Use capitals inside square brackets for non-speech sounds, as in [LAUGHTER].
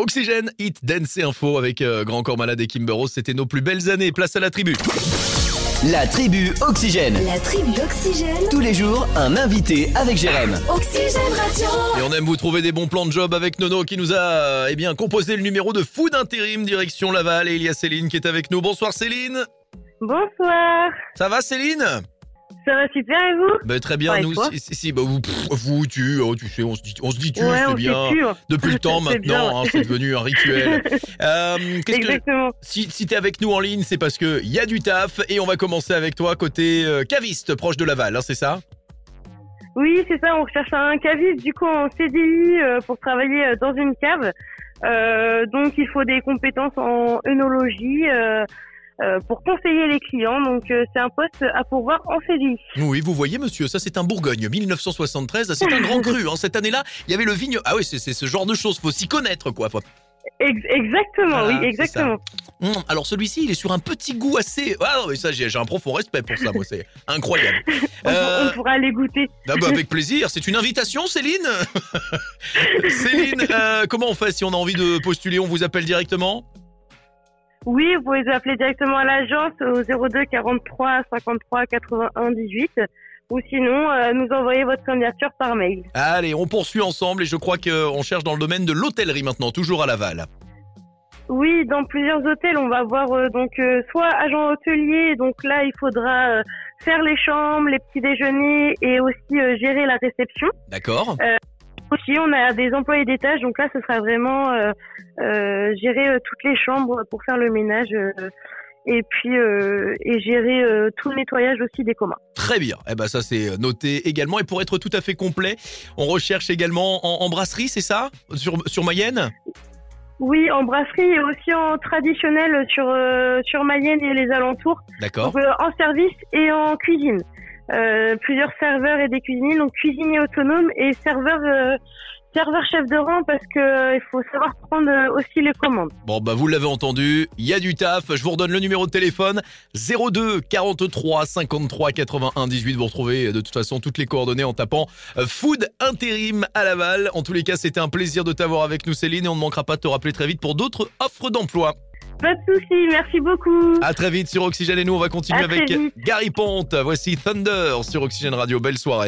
Oxygène, Hit, Dance et Info avec euh, Grand Corps Malade et Kimber Rose, c'était nos plus belles années. Place à la tribu. La tribu Oxygène. La tribu Oxygène. Tous les jours, un invité avec Jérém. Oxygène Radio. Et on aime vous trouver des bons plans de job avec Nono qui nous a euh, eh bien composé le numéro de Food Intérim direction Laval. Et il y a Céline qui est avec nous. Bonsoir Céline. Bonsoir, Ça va Céline ça va super et vous Ben, Très bien, Ouais, et nous. toi Si, si, si, bah, vous, pff, vous, tu, oh, tu sais, on se dit, on se dit tu, Ouais, c'est on hein. bien. s'est tué. Depuis le temps [LAUGHS] C'est bien, maintenant, hein, ouais. c'est devenu un [LAUGHS] rituel. Euh, qu'est-ce que, Exactement. si si t'es avec nous en ligne, c'est parce que y a du taf et on va commencer avec toi côté euh, caviste proche de Laval, hein, c'est ça Oui, c'est ça, on recherche un caviste du coup en CDI euh, pour travailler euh, dans une cave. Euh, donc il faut des compétences en œnologie euh, euh, pour conseiller les clients. Donc euh, c'est un poste à pourvoir en CDI. Oui, vous voyez, monsieur, ça c'est un Bourgogne, 1973, ah, c'est un grand cru. hein. Cette année-là, il y avait le vigne. Ah oui, c'est c'est ce genre de choses, faut s'y connaître, quoi. Faut- Ex- exactement, Voilà, oui, Ah, c'est exactement. Hum, Alors celui-ci, il est sur un petit goût assez. Ah non, mais ça, j'ai j'ai un profond respect pour ça, moi, c'est incroyable. On, Euh, on pourra aller goûter. ah bah, avec plaisir, c'est une invitation, Céline [LAUGHS] Céline, euh, comment on fait si on a envie de postuler On vous appelle directement Oui, vous pouvez appeler directement à l'agence au 02 43 53 81 18 ou sinon euh, nous envoyer votre candidature par mail. Allez, on poursuit ensemble et je crois qu'on cherche dans le domaine de l'hôtellerie maintenant, toujours à Laval. Oui, dans plusieurs hôtels, on va voir euh, donc euh, soit agent hôtelier, donc là il faudra euh, faire les chambres, les petits déjeuners et aussi euh, gérer la réception. D'accord Aussi, on a des employés d'étage, donc là ce sera vraiment euh, euh, gérer euh, toutes les chambres pour faire le ménage euh, et puis euh, et gérer euh, tout le nettoyage aussi des communs. Très bien. Eh ben ça c'est noté également. Et pour être tout à fait complet, on recherche également en, en brasserie, c'est ça sur, sur Mayenne Oui, en brasserie et aussi en traditionnel sur euh, sur Mayenne et les alentours. D'accord. Donc, euh, en service et en cuisine. Euh, plusieurs serveurs et des cuisiniers, donc cuisinier autonome et serveur, euh, serveur chef de rang parce que euh, il faut savoir prendre euh, aussi les commandes. Bon bah vous l'avez entendu, il y a du taf. Je vous redonne le numéro de téléphone 02 43 53 81 18. Vous retrouvez euh, de toute façon toutes les coordonnées en tapant euh, Food Intérim à Laval. En tous les cas, c'était un plaisir de t'avoir avec nous Céline et on ne manquera pas de te rappeler très vite pour d'autres offres d'emploi. Pas de souci, merci beaucoup. À très vite sur Oxygène et nous on va continuer À très avec vite. Gary Ponte. Voici Thunder sur Oxygène Radio. Belle soirée.